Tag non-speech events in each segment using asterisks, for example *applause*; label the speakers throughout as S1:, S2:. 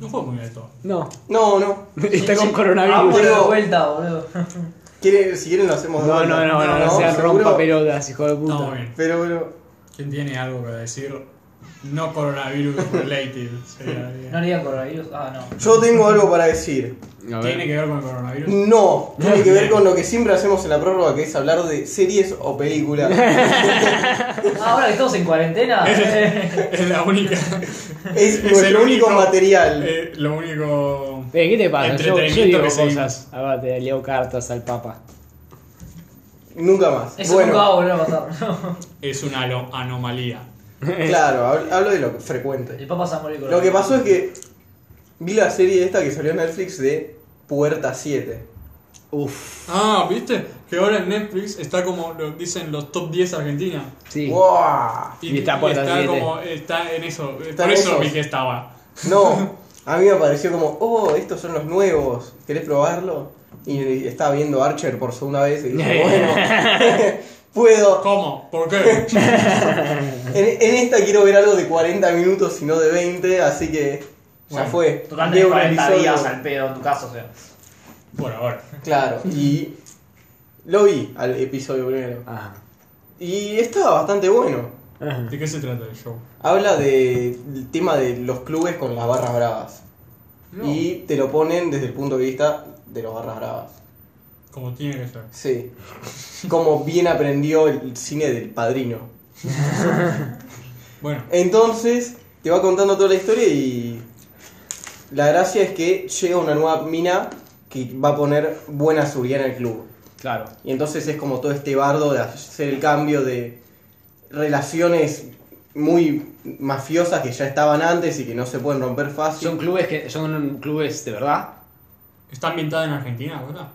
S1: No fue muy alto.
S2: No,
S3: No, no.
S2: *laughs* está con
S3: Ah,
S2: coronavirus.
S3: bueno.
S4: Vámonos de vuelta, boludo. *laughs*
S3: Quiere- si quieren lo hacemos de
S2: No,
S3: vuelta.
S2: no, no, no, no sean
S3: ¿Seguro?
S2: rompa pelotas, hijo de puta.
S1: Estamos bien.
S3: Pero bueno.
S1: ¿Quién tiene algo para decir? No coronavirus related. sería bien.
S3: *laughs*
S4: No le digan coronavirus. Ah, no.
S3: Yo tengo algo para decir.
S2: A ver.
S1: ¿Tiene que ver con el
S3: Mm.
S1: coronavirus?
S3: No, tiene que ver con lo que siempre hacemos en la prórroga, que es hablar de series o
S2: *laughs*
S3: películas.
S4: Ah, ahora que estamos
S3: *laughs*
S4: en
S1: *laughs*
S4: cuarentena.
S1: Es la única.
S3: Es nuestro único material.
S1: eh, lo único.
S2: Eh, ¿Qué te pasa? Yo, yo
S1: Entretenimiento
S2: digo
S1: que
S2: cosas. Ahora te leo cartas al papa.
S3: Nunca más.
S4: Eso
S3: bueno,
S4: nunca va a volver a pasar. *laughs*
S1: Es una alo- anomalía.
S3: claro, hab- hablo de lo frecuente.
S4: El papá se va a morir con
S3: Lo que pasó es que vi la serie esta que salió en Netflix de Puerta 7.
S2: Uf.
S1: Ah, ¿viste? Que ahora en Netflix está como lo dicen los top 10 Argentina.
S2: *laughs* Sí.
S3: ¡Wow!
S2: Y está por las
S1: está
S2: siete.
S1: como está en eso. eh,
S3: Está
S1: por
S3: en
S1: eso
S3: esos.
S1: vi que estaba.
S3: No, a mí me pareció como, oh, estos son los nuevos, ¿querés probarlo? Y estaba viendo Archer por segunda vez y dije, bueno, *laughs* puedo.
S1: ¿Cómo?
S3: *laughs*
S1: ¿Por qué?
S3: En, en esta quiero ver algo de 40 minutos y no de 20, así que ya
S1: Bueno,
S3: fue.
S4: Total,
S3: Veo
S4: tenés
S3: un
S4: 40
S3: episodio.
S4: días al pedo en tu caso, o sea.
S1: Por ahora.
S3: Claro, y lo vi al episodio primero.
S2: Ajá.
S3: Y estaba bastante bueno.
S2: Ajá.
S1: ¿De qué se trata el show?
S3: Habla de- del tema de los clubes con las barras bravas.
S1: No.
S3: Y te lo ponen desde el punto de vista de los barras bravas.
S1: Como tiene que ser.
S3: Sí. Como bien aprendió el cine del padrino.
S1: Bueno,
S3: Entonces, te va contando toda la historia y. La gracia es que llega una nueva mina que va a poner buena seguridad en el club.
S2: Claro.
S3: Y entonces es como todo este bardo de hacer el cambio de relaciones muy mafiosas que ya estaban antes y que no se pueden romper fácil.
S2: Son clubes que son clubes de verdad.
S1: está ambientada en Argentina, ¿verdad?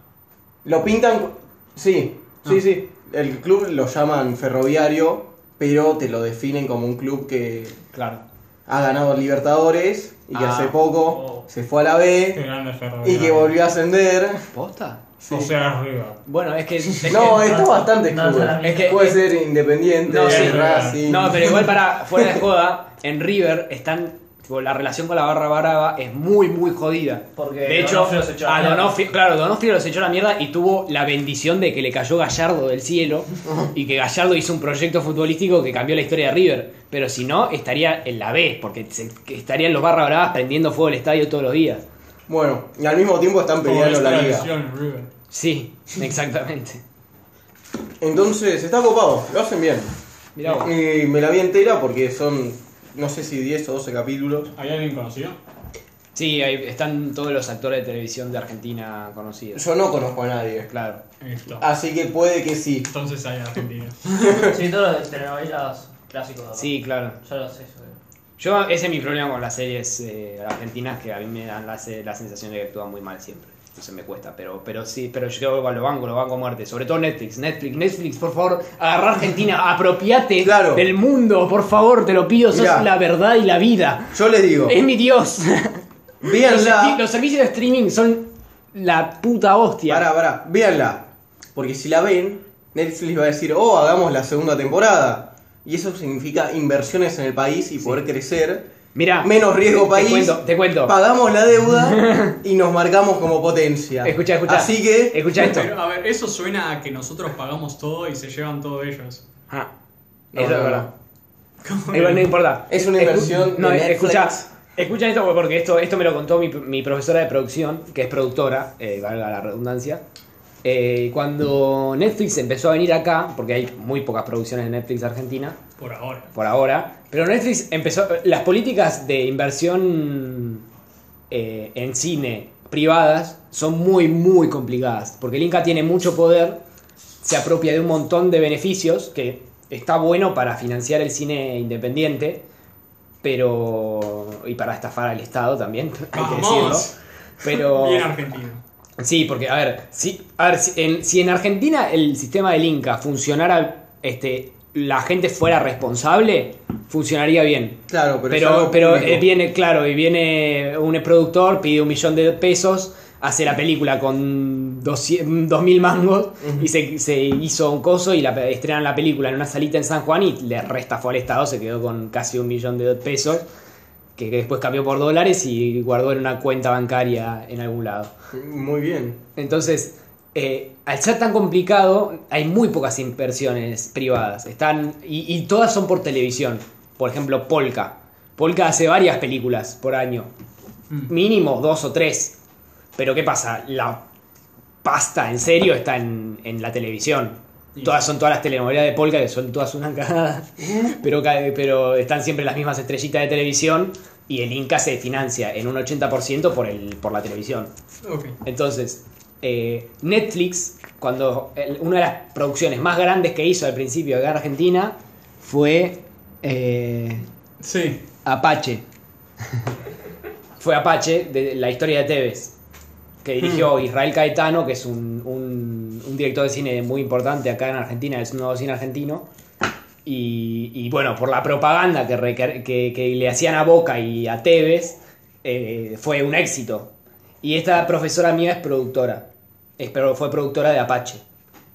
S3: Lo pintan. cu- Sí, sí,
S1: Ah.
S3: sí. El club lo llaman ferroviario, pero te lo definen como un club que
S2: Claro.
S3: ha ganado Libertadores y que
S2: Ah.
S3: hace poco
S4: Oh.
S3: se fue a la
S1: Qué
S3: B
S1: grande ferroviario.
S3: y que volvió a ascender.
S2: ¿Posta?
S3: Sí.
S1: O sea, arriba.
S2: Bueno, es que. es
S3: no, eh,
S2: que-
S3: está bastante
S4: no,
S3: club.
S4: no, no.
S2: Es que-
S3: Puede
S2: es-
S3: ser Independiente,
S2: No, sí.
S3: Racing.
S2: No, pero igual *laughs* para fuera de joda, en River están tipo, la relación con la barra brava es muy muy jodida.
S4: Porque
S2: de hecho,
S4: Donofrio los echó a
S2: a
S4: la mierda.
S2: Donofrio, claro, Donofrio los echó a la mierda y tuvo la bendición de que le cayó Gallardo del *laughs* cielo y que Gallardo hizo un proyecto futbolístico que cambió la historia de River, pero si no estaría en la B, porque se- que estarían los barra bravas prendiendo fuego el estadio todos los días.
S3: Bueno, y al mismo tiempo están
S1: Como
S3: peleando
S1: es
S3: la liga.
S1: tradición en River.
S2: *laughs* Sí, exactamente.
S3: Entonces, está copado, lo hacen bien.
S2: Mirá vos.
S3: Y me la vi entera porque son, no sé si 10 o 12 capítulos.
S1: ¿Hay alguien conocido?
S2: Sí, ahí están todos los actores de televisión de Argentina conocidos.
S3: Yo no conozco a nadie.
S2: Claro.
S1: Listo.
S2: Ah.
S3: Así que puede que sí.
S1: Entonces hay argentinos.
S4: Sí, todos los telenovelas clásicos. ¿no?
S2: Sí, claro.
S4: Ya lo sé, yo creo.
S2: Yo, ese es mi problema con las series eh, argentinas, que a mí me dan la, se- la sensación de que actúan muy mal siempre. Entonces me cuesta, pero, pero sí, pero yo creo que lo banco, lo banco a muerte. Sobre todo Netflix, Netflix, Netflix, por favor, agarra a
S3: *laughs*
S2: Argentina, apropiate
S3: Claro.
S2: del mundo, por favor, te lo pido, sos
S3: Mirá.
S2: la verdad y la vida.
S3: Yo les digo,
S2: Es mi
S3: *laughs*
S2: Dios. los, esti-
S3: véanla.
S2: los servicios de streaming son la puta hostia.
S3: Pará, pará, véanla. Porque si la ven, Netflix va a decir, oh, hagamos la segunda temporada. Y eso significa inversiones en el país y poder crecer.
S2: Mirá,
S3: Menos riesgo
S2: Ah, te
S3: país.
S2: cuento, te cuento.
S3: Pagamos la
S2: *laughs*
S3: deuda y nos marcamos como potencia.
S2: escucha, escucha.
S3: Así que,
S2: *laughs*
S3: *laughs*
S2: Escucha esto.
S1: Pero, a ver, eso suena a que nosotros pagamos todo y se llevan todo ellos.
S2: Ah,
S3: No,
S2: eso
S3: no,
S2: es
S3: no.
S2: verdad. Igual no importa.
S3: Es una
S2: Escu-
S3: inversión
S2: no,
S3: de Netflix.
S2: escucha, escucha esto porque esto, esto me lo contó mi, mi profesora de producción, que es productora, eh, valga la redundancia. Eh, cuando Netflix empezó a venir acá, porque hay muy pocas producciones de Netflix Argentina,
S1: Por ahora.
S2: por ahora, pero Netflix empezó, las políticas de inversión eh, en cine privadas son muy, muy complicadas, porque el Inca tiene mucho poder, se apropia de un montón de beneficios, que está bueno para financiar el cine independiente, pero... y para estafar al Estado también, *laughs* hay que decirlo.
S1: Vamos.
S2: Pero...
S1: Bien argentino.
S2: Sí, porque, a ver, si, a ver, si, en, si en Argentina el sistema del Inca funcionara, este, la gente fuera responsable, funcionaría bien.
S3: claro, pero, es
S2: Pero,
S3: algo
S2: pero
S3: público.
S2: eh, viene, claro, y viene un productor, pide un millón de pesos, hace la película con 200, 2000 mangos y se, se hizo un coso y la, pe- estrenaron la película en una salita en San Juan y le restafó al Estado, se quedó con casi un millón de pesos, que, que después cambió por dólares y guardó en una cuenta bancaria en algún lado.
S3: Muy bien.
S2: Entonces, eh, al ser tan complicado, hay muy pocas inversiones privadas. Están. Y, y todas son por televisión. Por ejemplo, Polka. Polka hace varias películas por año. Mínimo dos o tres. Pero ¿qué pasa? La pasta en serio está en, en la televisión.
S1: Y-
S2: Todas son todas las telenovelas de Polka, que son todas una cagada. Pero, ca- pero están siempre las mismas estrellitas de televisión. Y el Inca se financia en un 80% por, el, por la televisión.
S1: Ok.
S2: Entonces, eh, Netflix, cuando el- una de las producciones más grandes que hizo al principio acá en Argentina fue eh,
S1: Sí.
S2: Apache. fue Apache, de la historia de Tevez, que dirigió
S1: Hmm.
S2: Israel Caetano, que es un, un- un director de cine muy importante acá en Argentina, es un nuevo cine argentino. Y, y bueno, por la propaganda que, requer- que- que le hacían a Boca y a Tevez, eh, fue un éxito. Y esta profesora mía es productora, es, pero fue productora de Apache.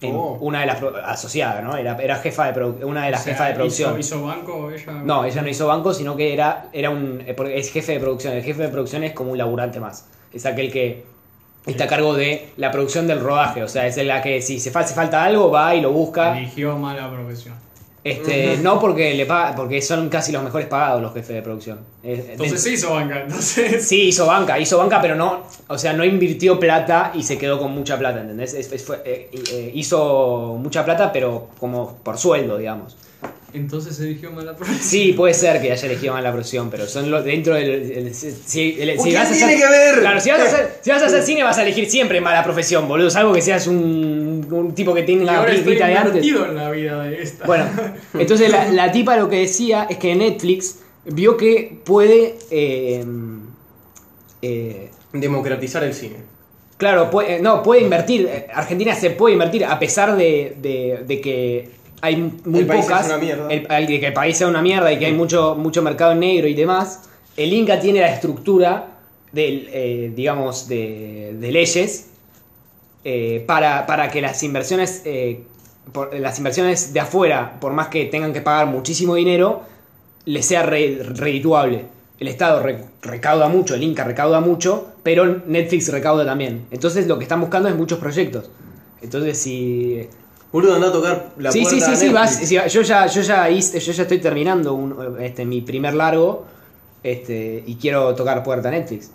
S2: en
S3: Oh.
S2: Una de las pro- asociada, ¿no? Era, era jefa de produ- una de las
S1: O sea,
S2: jefas de producción.
S1: ¿Hizo, hizo banco ella?
S2: No, ella no hizo banco, sino que era, era un. eh, porque es jefe de producción. El jefe de producción es como un laburante más. Es aquel que está a cargo de la producción del rodaje. O sea, es la que si se fa- hace falta algo, va y lo busca.
S1: Eligió mala profesión.
S2: Este, no porque le paga, porque son casi los mejores pagados los jefes de producción. Es-
S1: Entonces
S2: de-
S1: sí hizo banca,
S2: *laughs*
S1: entonces.
S2: Sí, hizo banca, hizo banca, pero no, o sea, no invirtió plata y se quedó con mucha plata, ¿entendés? Es- es- fue- eh, eh, hizo mucha plata, pero como por sueldo, digamos.
S1: Entonces eligió mala profesión.
S2: Sí, puede ser que haya elegido mal la profesión, pero son los dentro del. el- si, el- si
S3: ¿Qué
S2: vas a
S3: tiene
S2: hacer,
S3: que ver?
S2: Claro, si vas, a hacer, si vas a hacer cine vas a elegir siempre mala profesión, boludo. Salvo que seas un, un tipo
S1: *laughs*
S2: que
S1: Y
S2: tenga
S1: ahora estoy
S2: pinta de antes.
S1: invertido en la vida de esta.
S2: Bueno,
S1: *laughs*
S2: entonces la, la tipa lo que decía es que Netflix vio que puede. eh, eh,
S3: *laughs* Democratizar el cine.
S2: Claro, puede- no, puede invertir. eh, Argentina se puede invertir a pesar de, de- de que hay muy
S3: El país
S2: pocas.
S3: es una mierda.
S2: el- al- de que el país sea una mierda y que hay mucho, mucho mercado negro y demás. El Inca tiene la estructura del, eh, digamos, de, de leyes eh, para, para que las inversiones. eh, por- las inversiones de afuera, por más que tengan que pagar muchísimo dinero, le sea re- redituable. El Estado re- recauda mucho, el Inca recauda mucho, pero Netflix recauda también. Entonces lo que están buscando es muchos proyectos. Entonces si...
S3: Burdo anda a tocar la
S2: sí,
S3: puerta
S2: sí, sí,
S3: a
S2: sí, vas-
S3: Netflix.
S2: sí, yo, ya, yo, ya hice- yo ya estoy terminando un- este, mi primer largo este, y quiero tocar puerta a Netflix.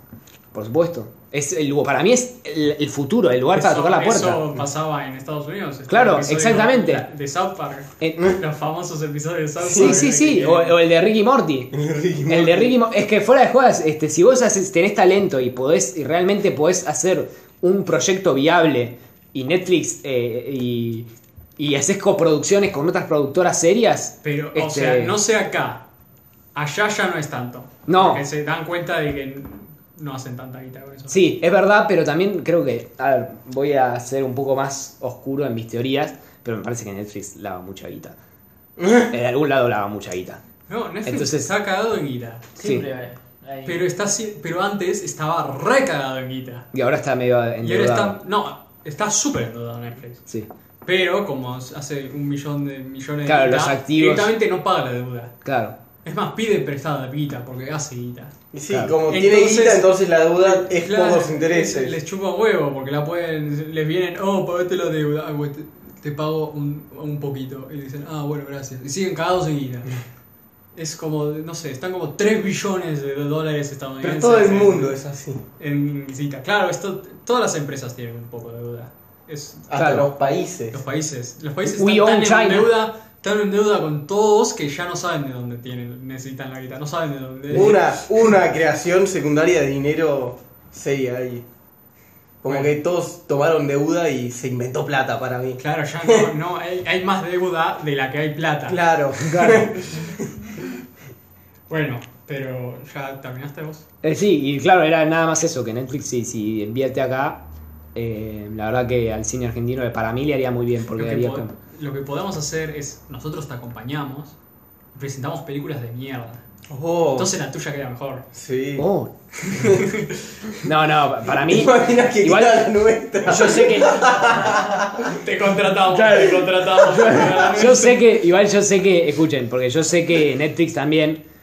S2: Por supuesto. Es el, lu- para mí es el, el futuro, el lugar para
S1: Eso-
S2: tocar la puerta.
S1: Eso pasaba en Estados Unidos. Este
S2: Claro,
S1: episodio
S2: exactamente.
S1: de- De South Park.
S2: Eh,
S1: Los famosos episodios de South
S2: sí,
S1: Park.
S2: sí, sí.
S1: que-
S2: O, o el de Ricky Morty.
S3: Ricky
S2: El de
S3: Morty.
S2: Ricky Mo- Es que fuera de juegas, este, si vos haces- tenés talento y podés, y realmente podés hacer un proyecto viable y Netflix eh, y, y haces coproducciones con otras productoras serias.
S1: Pero, o
S2: este,
S1: sea, no sé acá. Allá ya no es tanto.
S2: No.
S1: Porque se dan cuenta de que no hacen tanta guita con eso.
S2: Sí, es verdad, pero también creo que. A ver, voy a ser un poco más oscuro en mis teorías, pero me parece que Netflix lava mucha guita.
S3: *laughs*
S2: En algún lado lava mucha guita.
S1: No, Netflix
S2: Entonces-
S1: está cagado en guita.
S4: Siempre. ahí.
S1: Pero, está, si- pero antes estaba re cagado en guita.
S2: Y ahora está medio
S1: Y ahora está.
S2: endeudado.
S1: No, está súper endeudado Netflix.
S2: Sí,
S1: Pero como hace un millón de millones
S2: Claro,
S1: de guita,
S2: los activos-
S1: directamente no paga la deuda.
S2: claro.
S1: Es más, pide prestada guita porque hace guita.
S3: Y sí,
S2: Claro.
S3: como tiene
S1: Entonces-
S3: guita, entonces la deuda es
S1: Claro,
S3: pocos intereses.
S1: Les chupa huevo porque la pueden, les vienen, oh, pagate la deuda, ah, güey, te, te pago un, un poquito. Y dicen, ah, bueno, gracias. Y siguen cagados
S3: *laughs*
S1: en guita. Es como, no sé, están como 3 billones de dólares
S3: Pero
S1: estadounidenses.
S3: todo el
S1: en-
S3: mundo es así.
S1: En guita. Claro, esto, todas las empresas tienen un poco de deuda. Es,
S3: Hasta
S2: Claro.
S3: los países.
S1: los países. Los países
S2: We
S1: están
S2: own
S1: tan en
S2: China.
S1: deuda. Están en deuda con todos que ya no saben de dónde tienen, necesitan la guita, no saben de dónde.
S3: Una, una creación secundaria de dinero seria ahí. Como
S1: Bueno.
S3: que todos tomaron deuda y se inventó plata para mí.
S1: Claro, ya no, no hay, hay más deuda de la que hay
S3: *laughs*
S1: plata.
S3: Claro.
S1: *laughs* Bueno, pero ya terminaste vos.
S2: Eh, sí, y claro, era nada más eso, que Netflix si, si invierte acá, eh, la verdad que al cine argentino eh, para mí le haría muy bien, porque
S1: lo, que
S2: haría
S1: pod-
S2: como-
S1: lo que podemos hacer es, nosotros te acompañamos presentamos películas de mierda.
S3: Oh,
S1: Entonces la tuya queda mejor.
S3: sí.
S2: Oh. *laughs* No, no, para
S3: *laughs*
S2: mí.
S3: Imagina que
S2: igual-
S3: quita la nuestra.
S2: Yo sé que.
S1: Te contratamos,
S2: Claro.
S1: te
S2: *laughs*
S1: contratamos.
S2: Yo
S1: *laughs*
S2: sé que. Igual yo sé que. Escuchen, porque yo sé que Netflix también.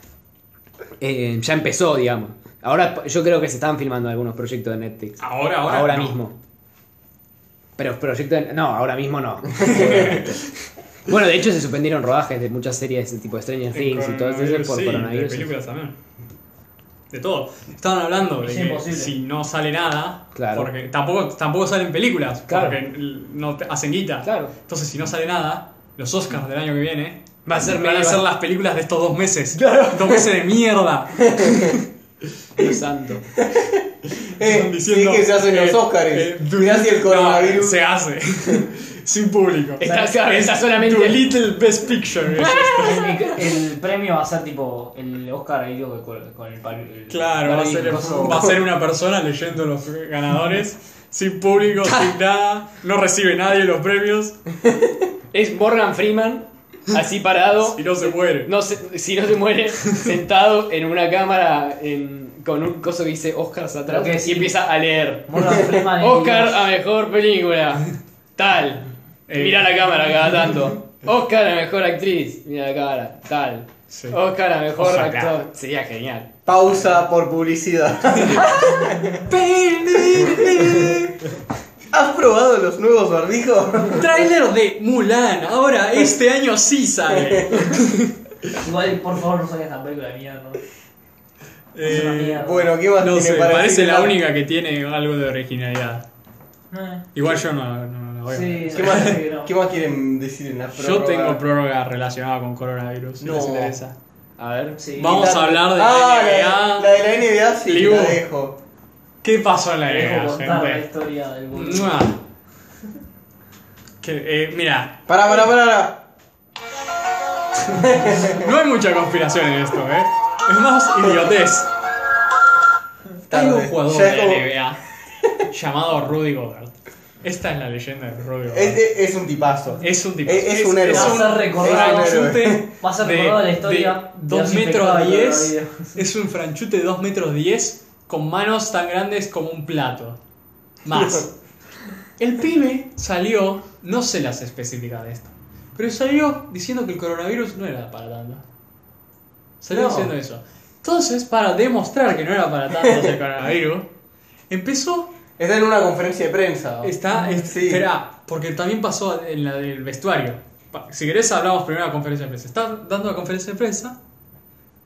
S2: eh, ya empezó, digamos. Ahora yo creo que se están filmando algunos proyectos de Netflix.
S1: Ahora, ahora.
S2: Ahora,
S1: no.
S2: mismo. Pero proyectos de. No, ahora mismo no. *laughs* bueno, de hecho se suspendieron rodajes de muchas series de tipo Stranger
S1: El
S2: Things y todo eso
S1: coronavirus,
S2: por
S1: sí,
S2: coronavirus.
S1: De películas también. De todo. Estaban hablando de
S4: Es
S1: que
S4: imposible.
S1: si no sale nada,
S2: Claro.
S1: porque tampoco, tampoco salen películas,
S2: Claro.
S1: porque no te- hacen guita.
S2: Claro.
S1: Entonces, si no sale nada, los Oscars del año que viene
S2: Va a ser
S1: van a
S2: medio-
S1: ser las películas de estos dos meses. Dos meses de mierda.
S2: Dios santo.
S3: Eh,
S1: Están diciendo,
S3: sí que se hacen
S1: eh,
S3: los Óscares.
S1: eh,
S3: Mirá si el
S1: no,
S3: coronavirus.
S1: se hace. *laughs* Sin público.
S2: Está-
S1: Es-
S2: está solamente-
S1: Tu Little Best Picture. es esto.
S4: *laughs* El, el premio va a ser tipo el Oscar ahí digo, con, con el pal- el
S1: *laughs* Claro, va a,
S4: palín,
S1: ser,
S4: coso.
S1: va a ser una persona leyendo los ganadores, sin público, sin nada, no recibe nadie los premios
S2: Es Morgan Freeman, así parado.
S1: y no se muere.
S2: No se- si no se muere, sentado en una cámara en- con un coso que dice Oscars atrás
S4: Creo que
S2: y
S4: sí.
S2: empieza a leer.
S4: Morgan
S1: *laughs*
S4: Freeman y-
S2: Oscar a mejor película. Tal.
S1: Eh.
S2: Mira la cámara cada tanto. Oscar a mejor actriz. Mira la cámara. Tal.
S1: Sí.
S2: Oscar a mejor
S1: Ojalá.
S2: actor. Sería genial.
S3: Pausa por
S1: *laughs*
S3: publicidad. ¿Has probado los nuevos barbijos?
S1: Trailer de Mulan, ahora este año sí sale. ah.
S4: Igual, por favor, no saquen esa película de mierda. ¿no?
S3: Eh,
S4: Es una mierda.
S3: bueno, ¿qué más
S1: no
S3: tiene
S1: sé,
S3: para
S1: parece
S3: decir
S1: la única que tiene algo de originalidad. Igual yo no, no la voy a ver.
S4: Sí,
S3: ¿Qué
S4: no,
S3: más,
S4: sí, no.
S3: qué más quieren decir en la
S1: Yo
S3: prórroga?
S1: tengo prórroga relacionada con coronavirus, si
S3: No.
S1: les interesa.
S2: A ver.
S4: Sí.
S1: Vamos a hablar de la
S3: Ah, la,
S1: NBA.
S3: la de la NBA sí,
S1: Liu.
S3: la dejo.
S1: ¿Qué pasó en la
S4: Te dejo
S1: NBA,
S4: contar la
S1: gente?
S4: historia del bullying.
S1: Mua. Que, eh, mira,
S3: Pará, pará, pará, pará.
S1: No hay mucha conspiración en esto, ¿eh? Es más idiotez. Hay un
S3: Tarde.
S1: jugador
S3: Ya es
S1: de
S3: como-
S1: la NBA llamado Rudy Gobert. Esta es la leyenda de Rudy
S3: Es,
S1: Gobert.
S3: es- es un tipazo.
S1: Es un tipo.
S3: es- es un héroe.
S4: Va a ser recordado.
S3: Es un héroe.
S1: franchute
S4: Va a ser
S1: de-
S4: recordado la historia.
S1: de dos
S4: de los
S1: metros
S4: infectados
S1: 10.
S4: de coronavirus.
S1: *laughs* Es un franchute de 2 metros 10 con manos tan grandes como un plato. Más. El pibe salió, no sé las específicas de esto, pero salió diciendo que el coronavirus no era para tanto. Salió
S3: No.
S1: diciendo eso. Entonces, para demostrar que no era para tanto el coronavirus, empezó.
S3: Está en una conferencia de prensa.
S1: Está. es-
S3: Mm, Sí.
S1: Esperá, porque también pasó en la del vestuario. Pa- Si querés, hablamos primero de la conferencia de prensa. Está dando la conferencia de prensa,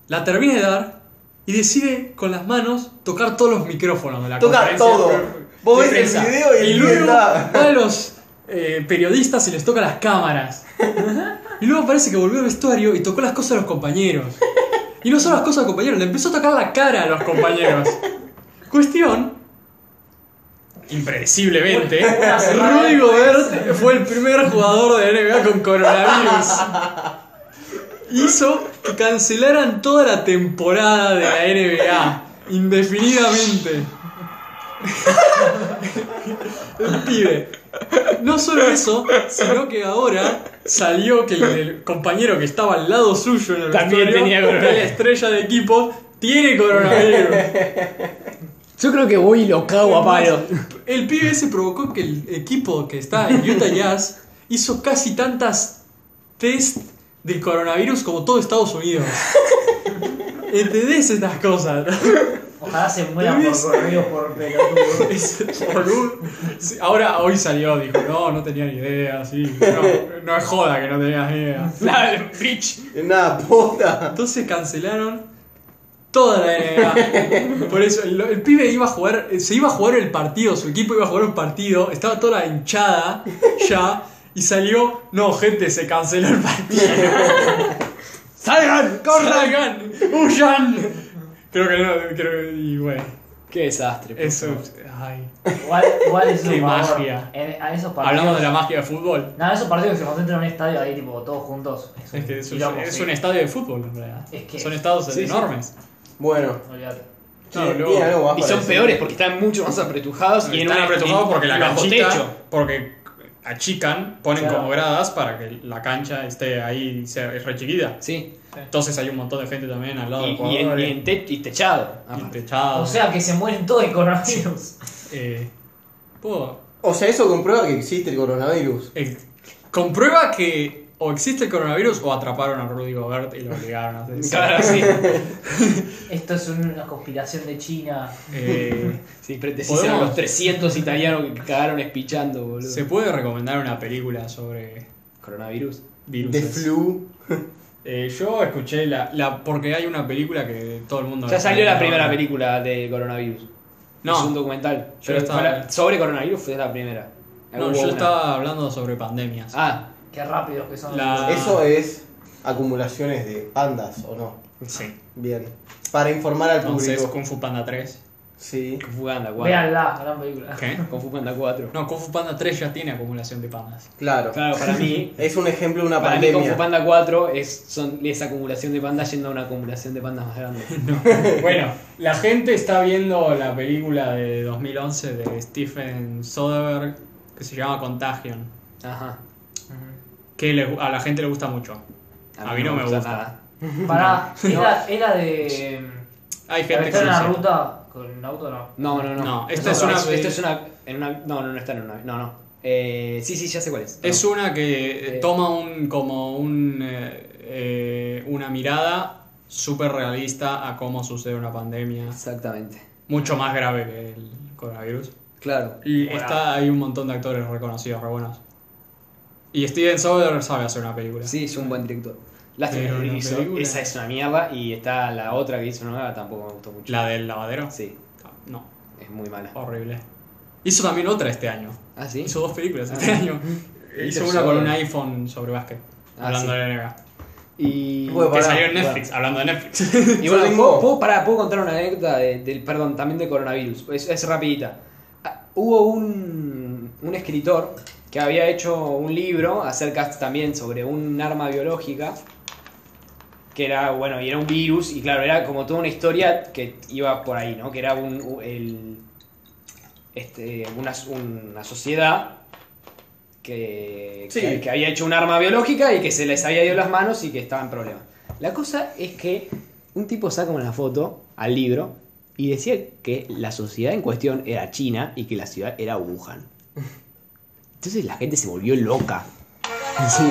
S1: la termina de dar y decide con las manos tocar todos los micrófonos de la
S3: Toca
S1: conferencia
S3: todo.
S1: de-
S3: Vos ves
S1: de
S3: el
S1: prensa.
S3: video y el video
S1: luego
S3: está.
S1: va a los eh, periodistas y les toca las
S3: *laughs*
S1: cámaras. Y luego parece que volvió al vestuario y tocó las cosas a los compañeros. Y no solo las cosas a los compañeros, le empezó a tocar la cara a los compañeros. Cuestión. Impredeciblemente, *laughs* Rudy Gobert fue el primer jugador de la NBA con coronavirus. Hizo que cancelaran toda la temporada de la NBA indefinidamente. El pibe. No solo eso, sino que ahora salió que el, el compañero que estaba al lado suyo en el
S2: También
S1: vestuario,
S2: tenía
S1: que era la
S2: coronavirus.
S1: estrella de equipo, tiene coronavirus.
S2: Yo creo que voy y lo cago a palo.
S1: El pibe ese provocó que el equipo que está en Utah Jazz hizo casi tantas test del coronavirus como todo Estados Unidos. ¿Entendés estas cosas? *laughs*
S4: Ojalá se muera por
S1: ¿Tenés?
S4: coronavirus por pelotudo.
S1: Es boludo. Sí, Ahora hoy salió, dijo, no, no tenía ni idea, sí. No, no es joda que no tenías ni idea.
S2: La bitch.
S3: Nada, puta.
S1: Entonces cancelaron toda la NBA. Por eso, el, el pibe iba a jugar, eh, se iba a jugar el partido, su equipo iba a jugar un partido, estaba toda la hinchada ya, y salió, no, gente, se canceló el partido.
S2: *laughs* ¡Salgan! ¡Corran!
S1: ¡Salgan! ¡Huyan! Creo que no, creo que. Y bueno,
S2: ¡Qué desastre! por
S1: eso.
S2: favor.
S1: Ay.
S4: Igual, igual es
S1: Qué
S4: un favor.
S1: magia.
S4: En- a esos partidos.
S1: Hablamos de la magia del fútbol.
S4: Nada, esos partidos que se concentran en un estadio ahí, tipo, todos juntos. un
S1: Es que es, un-
S4: quilombo,
S1: es
S4: sí.
S1: un estadio de fútbol, en realidad.
S4: Es que-
S1: Son estados
S2: Sí, sí.
S1: enormes.
S3: Bueno,
S4: Olvídate.
S1: Claro,
S3: ¿tiene-
S1: luego-
S3: tiene algo más
S2: Y
S3: para
S2: son
S3: decir?
S2: peores porque están mucho más apretujados y en
S1: Están
S2: un-
S1: apretujados
S2: en-
S1: porque la
S2: bajo
S1: canchita,
S2: techo.
S1: porque achican, ponen
S4: Claro.
S1: como gradas para que la cancha esté ahí, y sea, es re chiquita.
S2: Sí.
S1: Entonces hay un montón de gente también al lado
S2: Y,
S1: del
S2: y en-
S1: jugador. eh,
S2: y en te- y techado.
S1: y
S2: aparte.
S1: techado.
S4: O sea que se mueren todos de coronavirus. *laughs*
S1: Eh, puedo-
S3: O sea, eso comprueba que existe el coronavirus.
S1: eh, comprueba que o existe el coronavirus o atraparon a Rudy Gobert y lo obligaron a hacer eso. *laughs*
S2: Claro, sí.
S4: Esto es una conspiración de China.
S1: Eh,
S2: Sí, pero te
S1: ¿Podemos?
S2: hicieron los 300 italianos que cagaron espichando, boludo.
S1: ¿Se puede recomendar una película sobre
S2: Coronavirus.
S3: De
S1: virus?
S3: flu.
S1: Eh, yo escuché la, la- Porque hay una película que todo el mundo.
S2: Ya salió la primera
S1: No.
S2: película de coronavirus.
S1: No.
S2: Es un documental.
S1: Yo
S2: Pero
S1: estaba-
S2: fue la- sobre coronavirus fue la primera.
S1: No,
S2: Hubo
S1: yo
S2: una.
S1: estaba hablando sobre pandemias.
S2: Ah,
S4: Qué rápidos que son.
S1: La- Ah.
S3: Eso es acumulaciones de pandas, ¿o no?
S1: sí.
S3: Bien. Para informar al
S1: Entonces,
S3: público.
S1: Kung Fu Panda 3.
S3: Sí.
S2: Kung Fu Panda 4.
S4: Veanla, gran película.
S1: ¿Qué?
S2: Kung Fu Panda 4.
S1: No, Kung Fu Panda 3 ya tiene acumulación
S3: *laughs*
S1: de pandas.
S3: Claro.
S2: Claro, para
S1: *laughs*
S2: mí.
S3: Es un ejemplo de una
S2: Para mí Kung
S3: pandemia.
S2: Fu Panda 4 es, son, es acumulación de pandas yendo a una acumulación de pandas
S1: *laughs*
S2: más grande.
S1: bueno, la gente está viendo la película de 2011 de Stephen Soderbergh que se llama Contagion.
S2: Ajá.
S4: Ujú.
S1: Que le- a la gente le gusta mucho. A mí no me gusta.
S2: nada.
S1: *laughs*
S4: Pará, era, era de.
S1: Hay
S4: ¿Está
S1: gente que
S4: en la
S1: dice-
S4: ruta? ¿Con el auto no?
S2: No, no, no.
S1: No, esta
S2: esto
S1: es una-
S2: Esto es una, en una- No, no, no está en una. No, no. Eh, sí, sí, ya sé cuál es.
S1: Es una que eh,
S2: Eh.
S1: toma un como un eh, eh, una mirada súper realista a cómo sucede una pandemia,
S2: Exactamente.
S1: mucho más grave que el coronavirus.
S2: Claro.
S1: Y
S4: Hola.
S1: está hay un montón de actores reconocidos, re buenos. Y Steven Soderbergh sabe hacer una película.
S2: Sí, es un buen director. Lástima
S1: Pero
S2: que
S1: la
S2: hizo-
S1: película-
S2: Esa es una mierda. Y está la otra que hizo nueva, tampoco me gustó mucho.
S1: La del lavadero.
S2: Sí,
S1: No,
S2: es muy mala.
S1: horrible. Hizo también otra este año.
S2: ¿Ah, sí?
S1: Hizo dos películas
S2: Ah.
S1: este año. Hizo
S2: *laughs* Hizo
S1: una con un
S2: Soderbergh.
S1: iPhone sobre básquet,
S2: Ah,
S1: hablando
S2: sí.
S1: de la NBA.
S2: Y.
S3: Bueno,
S1: Que
S3: Pará,
S1: salió en
S2: *laughs* bueno.
S1: Netflix, hablando de Netflix.
S2: Y bueno,
S3: Yo tengo-
S2: ¿puedo, puedo- pará, ¿puedo contar una anécdota de- del, perdón, también de coronavirus. Es, es rapidita. Ah, Hubo un, un escritor que había hecho un libro acerca también sobre un arma biológica que era, bueno, y era un virus, y claro, era como toda una historia que iba por ahí, ¿no? Que era un, u- el, este, una, una sociedad que,
S3: Sí.
S2: que, que había hecho un arma biológica y que se les había ido las manos y que estaba en problemas. La cosa es que un tipo saca una foto al libro y decía que la sociedad en cuestión era China y que la ciudad era Wuhan. Entonces la gente se volvió loca. Sí.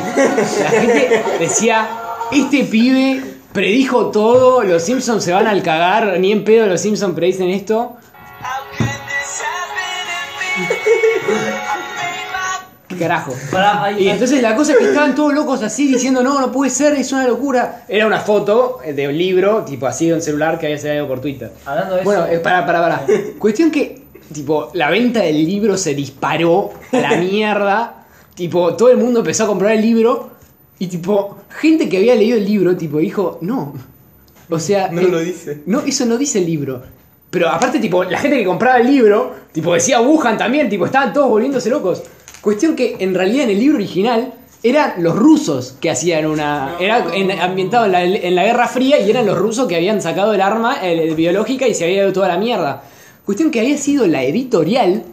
S2: La gente decía, este pibe predijo todo, los Simpsons se van al cagar, ni en pedo los Simpsons predicen esto. ¿Qué carajo?
S4: Pará, hay,
S2: Y
S4: hay-
S2: entonces la cosa es que estaban todos locos así diciendo, no, no puede ser, es una locura. Era una foto de un libro, tipo así, de un celular que había salido por Twitter.
S4: Hablando de eso.
S2: Bueno, eh, pará,
S3: *laughs*
S2: pará, pará. Cuestión que, tipo, la venta del libro se disparó
S3: *laughs*
S2: a la mierda. tipo, todo el mundo empezó a comprar el libro. Y, tipo, gente que había leído el libro, tipo, dijo, no. O sea.
S3: *laughs* No
S2: eh,
S3: lo dice.
S2: No, eso no dice el libro. Pero aparte, tipo, la gente que compraba el libro, tipo, decía Wuhan también, tipo, estaban todos volviéndose locos. Cuestión que, en realidad, en el libro original. Eran los rusos que hacían una.
S1: No.
S2: Era en- ambientado en la, en la Guerra Fría y eran los rusos que habían sacado el arma el- el biológica y se había ido toda la mierda. Cuestión que había sido la editorial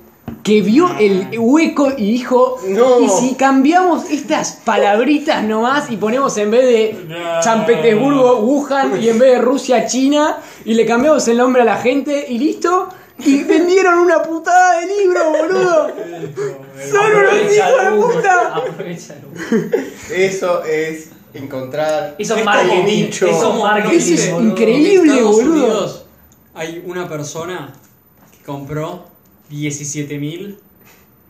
S2: que vio el hueco y dijo:
S3: No.
S2: ¿Y si cambiamos estas palabritas nomás y ponemos en vez de
S1: No.
S2: San Petersburgo, Wuhan y en vez de Rusia, China y le cambiamos el nombre a la gente y listo? Y vendieron una putada de libro, boludo. Son unos
S4: aprovecha
S2: hijos de
S4: el Google,
S2: puta.
S4: Aprovecha el Google.
S3: Eso es encontrar.
S4: Eso
S3: es
S4: es
S3: como
S4: marketing.
S3: nicho.
S4: Eso es marketing.
S2: Eso es
S4: boludo.
S2: increíble.
S1: En Estados
S2: boludo.
S1: Unidos hay una persona que compró 17.000.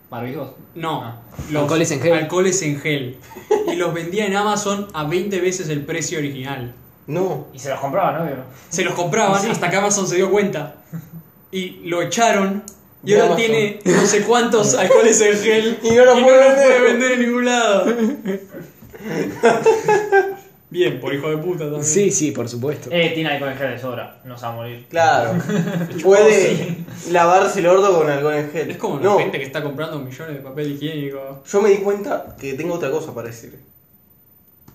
S4: ¿Barbijos?
S1: No,
S4: Ah.
S1: los
S2: Alcoholes en gel.
S1: alcoholes en gel.
S2: *laughs*
S1: y los vendía en Amazon a 20 veces el precio original.
S3: No.
S4: Y se los compraba, ¿no? Obvio.
S1: Se los compraban
S4: Sí.
S1: hasta que Amazon se dio cuenta. Y lo echaron. Y
S3: De
S1: ahora
S3: Amazon.
S1: tiene no sé
S3: *laughs*
S1: cuántos alcoholes en gel.
S3: Y no lo puede vender.
S1: vender en ningún lado.
S3: *laughs*
S1: Bien, por hijo de puta también.
S2: Sí, sí, por supuesto.
S4: Eh, tiene alcohol en gel de sobra. No se va a morir.
S3: Claro. Puede lavarse el orto con alcohol en gel.
S1: Es como la
S3: no.
S1: gente que está comprando millones de papel higiénico.
S3: Yo me di cuenta que tengo otra cosa para decir.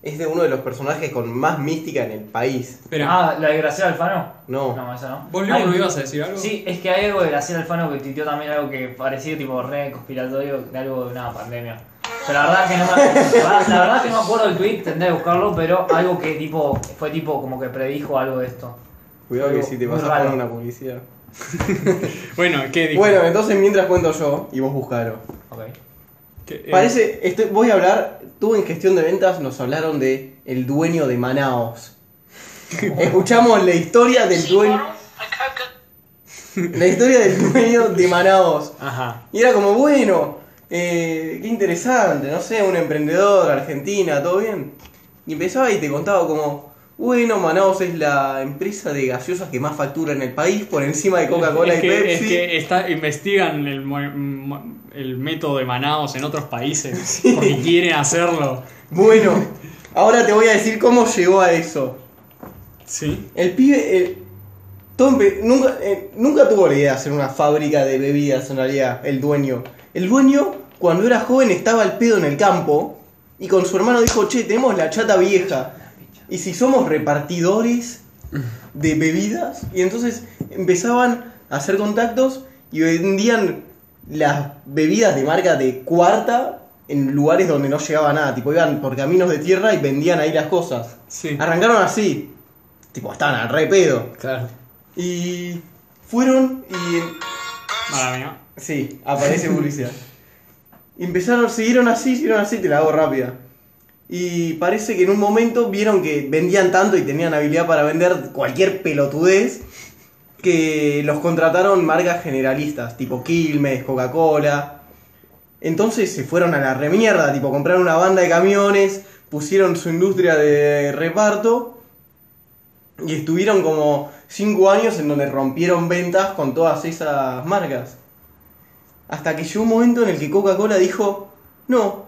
S3: es de uno de los personajes con más mística en el país.
S1: Espera,
S4: Ah, la de Graciela Alfano.
S3: Ah, No.
S4: No, esa no.
S1: ¿vos
S4: Hay-
S1: Leo no ibas a decir algo?
S4: Sí, es que hay algo de Graciela Alfano que titió también algo que parecía tipo re conspiratorio de algo de una pandemia. Pero la verdad que no me acuerdo. La verdad que no me acuerdo el tweet, tendré que buscarlo, pero algo que tipo fue tipo como que predijo algo de esto.
S3: Cuidado que
S4: Algo
S3: si te
S4: muy
S3: vas a
S4: raro.
S3: poner una publicidad.
S1: Bueno, ¿qué dijo?
S3: Bueno, entonces mientras cuento yo y vos buscalo.
S4: Ok.
S1: Que, eh,
S3: Parece, estoy, voy a hablar, tú en gestión de ventas nos hablaron de el dueño de
S1: *laughs*
S3: Manaos. Escuchamos la historia del dueño, la historia del dueño de Manaos.
S2: Ajá.
S3: Y era como, bueno, eh, qué interesante, no sé, un emprendedor, Argentina, todo bien. Y empezaba y te contaba como, bueno, Manaus es la empresa de gaseosas que más factura en el país, por encima de Coca-Cola
S1: es
S3: y
S1: que,
S3: Pepsi.
S1: Es que está- investigan el, mo- mo- el método de Manaos en
S3: *laughs*
S1: otros países porque quieren hacerlo.
S3: Bueno, ahora te voy a decir cómo llegó a eso.
S1: Sí.
S3: El pibe, el- todo empe- nunca, eh, nunca tuvo la idea de hacer una fábrica de bebidas en realidad, el dueño. El dueño, cuando era joven, estaba al pedo en el campo y con su hermano dijo, che, tenemos la chata vieja. Y si somos repartidores de bebidas, y entonces empezaban a hacer contactos y vendían las bebidas de marca de cuarta en lugares donde no llegaba nada, tipo iban por caminos de tierra y vendían ahí las cosas.
S1: Sí.
S3: Arrancaron así. Tipo, estaban al re pedo.
S2: Claro.
S3: Y fueron y...
S1: Mala mía.
S3: Sí, aparece publicidad. Y empezaron, siguieron así, siguieron así, te la hago rápida. Y parece que en un momento vieron que vendían tanto y tenían habilidad para vender cualquier pelotudez que los contrataron marcas generalistas, tipo Quilmes, Coca-Cola. Entonces se fueron a la remierda, tipo compraron una banda de camiones, pusieron su industria de reparto y estuvieron como 5 años en donde rompieron ventas con todas esas marcas. Hasta que llegó un momento en el que Coca-Cola dijo, no,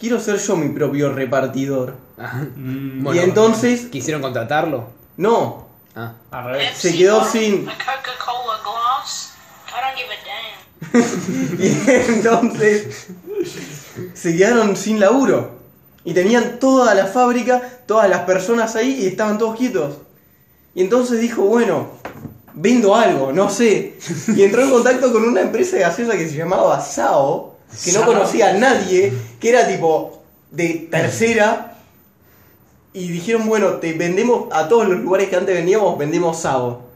S3: quiero ser yo mi propio repartidor.
S2: Ajá.
S1: Mm,
S2: Bueno,
S3: y entonces,
S2: ¿Quisieron contratarlo?
S3: no, *laughs*
S2: Ah.
S4: Al revés.
S3: se quedó sin...
S5: A Coca-Cola glass? I don't give a damn.
S3: Y entonces se quedaron sin laburo. Y tenían toda la fábrica, todas las personas ahí y estaban todos quietos. Y entonces dijo, bueno, vendo algo, no sé. Y entró en contacto con una empresa de gaseosa que se llamaba Sao, que no
S2: Sao.
S3: conocía a nadie, que era tipo de tercera. Y dijeron, bueno, te vendemos a todos los lugares que antes vendíamos, vendemos Sao.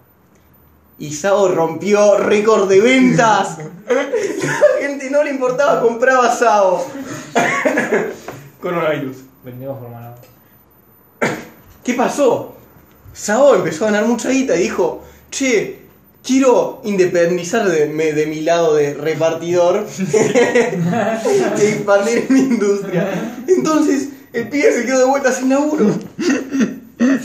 S3: Y Sao rompió récord de ventas. *laughs* La gente no le importaba, compraba Sao. Coronavirus.
S4: Vendimos por mano.
S3: ¿Qué pasó? Sao empezó a ganar mucha guita y dijo, che, quiero independizarme de mi lado de repartidor *laughs* y expandir mi industria. Entonces el pibe se quedó de vuelta sin laburo.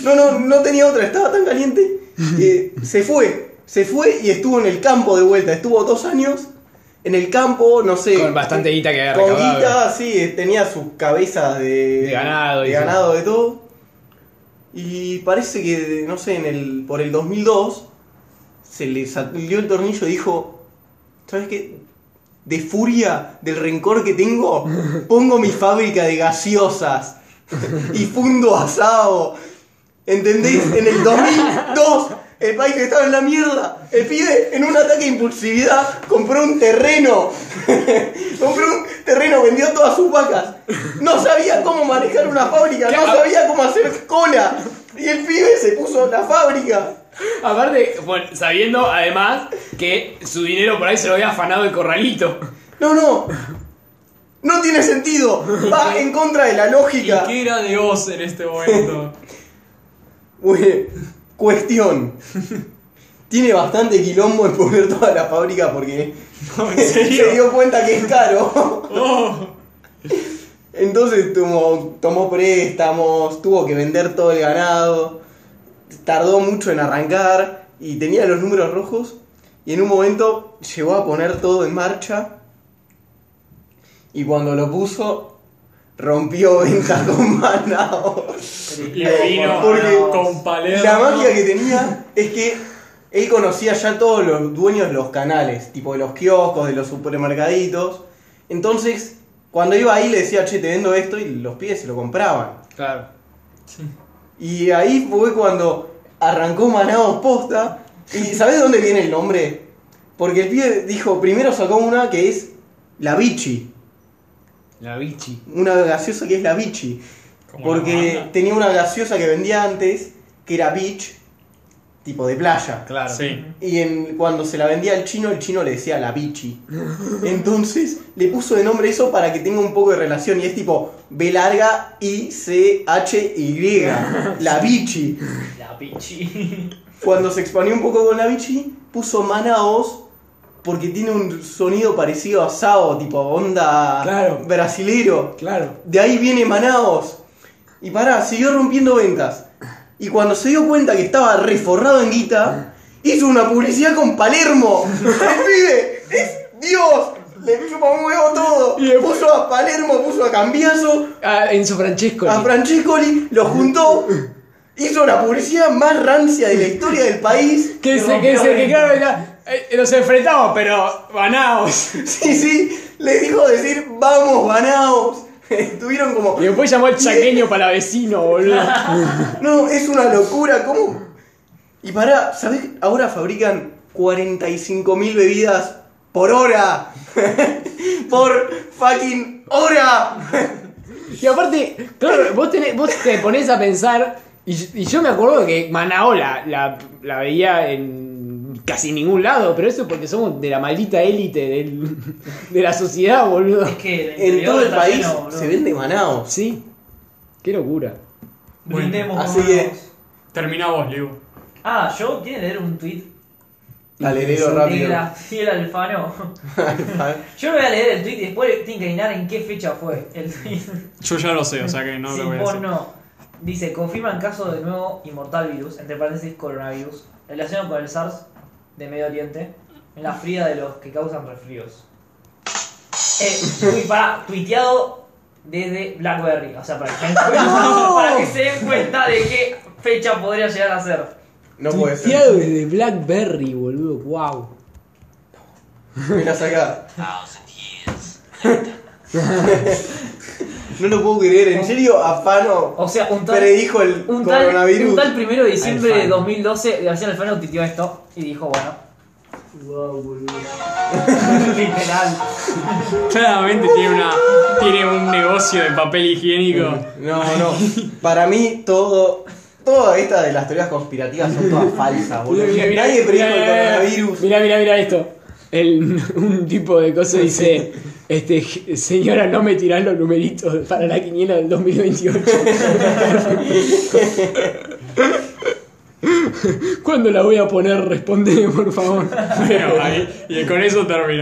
S3: No, no, no tenía otra, estaba tan caliente que se fue, se fue y estuvo en el campo de vuelta, estuvo dos años. En el campo, no sé.
S2: Con bastante guita que había
S3: Con
S2: recaudado.
S3: guita, sí, eh, tenía sus cabezas de,
S2: De ganado y
S3: de
S2: sí.
S3: ganado, de todo. Y parece que, no sé, en el, por el 2002 se le salió el tornillo y dijo, ¿sabes qué? De furia, del rencor que tengo, pongo mi fábrica de gaseosas y fundo asado. ¿Entendéis? En el 2002 el país estaba en la mierda. El pibe, en un ataque de impulsividad, compró un terreno. *laughs* compró un terreno, vendió todas sus vacas. No sabía cómo manejar una fábrica, no sabía cómo hacer cola. Y el pibe se puso la fábrica.
S2: Aparte, bueno, sabiendo además que su dinero por ahí se lo había afanado el corralito.
S3: No, no. No tiene sentido. Va en contra de la
S1: ¿Y
S3: lógica.
S1: qué era de Oz en este momento?
S3: Bueno, cuestión. Tiene bastante quilombo en poner toda la fábrica porque
S1: No,
S3: *laughs*
S1: ¿En
S3: se
S1: serio?
S3: dio cuenta que es caro.
S1: Oh.
S3: Entonces tomó, tomó préstamos, tuvo que vender todo el ganado, tardó mucho en arrancar y tenía los números rojos y en un momento llegó a poner todo en marcha y cuando lo puso rompió ventas con *laughs* Manao.
S1: Y
S3: *laughs*
S1: vino
S3: Porque
S1: con Palermo.
S3: La magia que tenía es que él conocía ya todos los dueños de los canales, tipo de los kioscos, de los supermercaditos. Entonces, cuando iba ahí le decía, che, te vendo esto y los pies se lo compraban.
S2: Claro.
S3: Y ahí fue cuando arrancó Manaos posta. ¿Y sabes dónde viene el nombre? Porque el pibe dijo, primero sacó una que es la bichi.
S2: La bichi.
S3: Una gaseosa que es la bichi. Porque tenía una gaseosa que vendía antes, que era beach, tipo de playa.
S2: Claro.
S1: Sí.
S3: Y en- cuando se la vendía al chino, el chino le decía la bichi. Entonces le puso de nombre eso para que tenga un poco de relación. Y es tipo B larga I C H Y. La bichi.
S4: La pichi.
S3: Cuando se expandió un poco con la bichi, puso Manaos porque tiene un sonido parecido a Sao, tipo onda
S2: Claro.
S3: brasilero.
S2: Claro.
S3: De ahí viene Manaos. Y pará, siguió rompiendo ventas. Y cuando se dio cuenta que estaba reforrado en guita, hizo una publicidad con Palermo. ¡El pibe! ¡Es Dios! Le chupa un huevo todo.
S2: Y después-
S3: Puso a Palermo, puso a Cambiazo,
S2: Ah, Enzo Francesco.
S3: a Francescoli, lo juntó. Hizo la publicidad más rancia de la historia del país.
S2: Que se, que se, que claro, era- eh, nos enfrentamos, pero ganados.
S3: Sí, sí, le dijo decir, vamos, banaos. *laughs* Estuvieron como,
S2: Y después llamó *laughs* al chaqueño para vecino, boludo.
S3: no, es una locura, ¿cómo? Y pará, ¿sabés? que Ahora fabrican 45.000 bebidas por hora. *laughs* por fucking hora.
S2: *laughs* Y aparte, claro, vos, tenés, vos te ponés a pensar, y, y yo me acuerdo que Manaola la, la veía en casi ningún lado, pero eso es porque somos de la maldita élite del- *laughs* de la sociedad, boludo.
S4: Es que
S3: en todo el
S4: está
S3: país
S4: lleno, boludo.
S3: se vende banaos.
S2: Sí, qué locura.
S4: Brindemos
S3: Así
S4: con
S3: que-
S4: los-
S1: Termina vos, Liu.
S4: Ah, yo quiero leer un tweet
S3: Dale, leo
S4: de
S3: rápido. *laughs*
S4: la fiel Alfano. *laughs* Yo lo voy a leer el tweet y después tienen que adivinar en qué fecha fue el tweet.
S1: Yo ya lo sé, o sea que no
S4: si
S1: lo voy a
S4: vos
S1: decir.
S4: no. Dice, confirman caso de nuevo inmortal virus, entre paréntesis coronavirus, relacionado con el SARS de Medio Oriente, en la fría de los que causan resfríos. Eh, uy, pará, tuiteado desde BlackBerry, o sea,
S3: *laughs*
S4: para que, para que se den cuenta de qué fecha podría llegar a ser.
S3: No puede ser.
S2: Tuiteado
S3: *laughs*
S2: desde Blackberry, boludo, wow.
S3: Mira, saca. *laughs* No lo puedo creer, en serio, Afano
S4: O sea, un tal...
S3: predijo el
S4: Un tal,
S3: coronavirus.
S4: un tal primero de diciembre de
S2: Alfano.
S4: 2012, García Alfano titió esto y dijo, bueno. *laughs* Literal.
S1: Claramente tiene una. Tiene un negocio de papel higiénico.
S2: Mm.
S3: No, no. Para mí todo. Toda esta de las teorías conspirativas son todas falsas, boludo. Nadie predijo el coronavirus.
S2: Mira, mira, mira esto. El- *laughs* un tipo de cosa dice, este, señora, no me tirás los numeritos para la quiniela del 2028. *laughs* ¿Cuándo la voy a poner? Responde, por favor.
S3: *laughs*
S1: Bueno, ahí. Y con eso termina.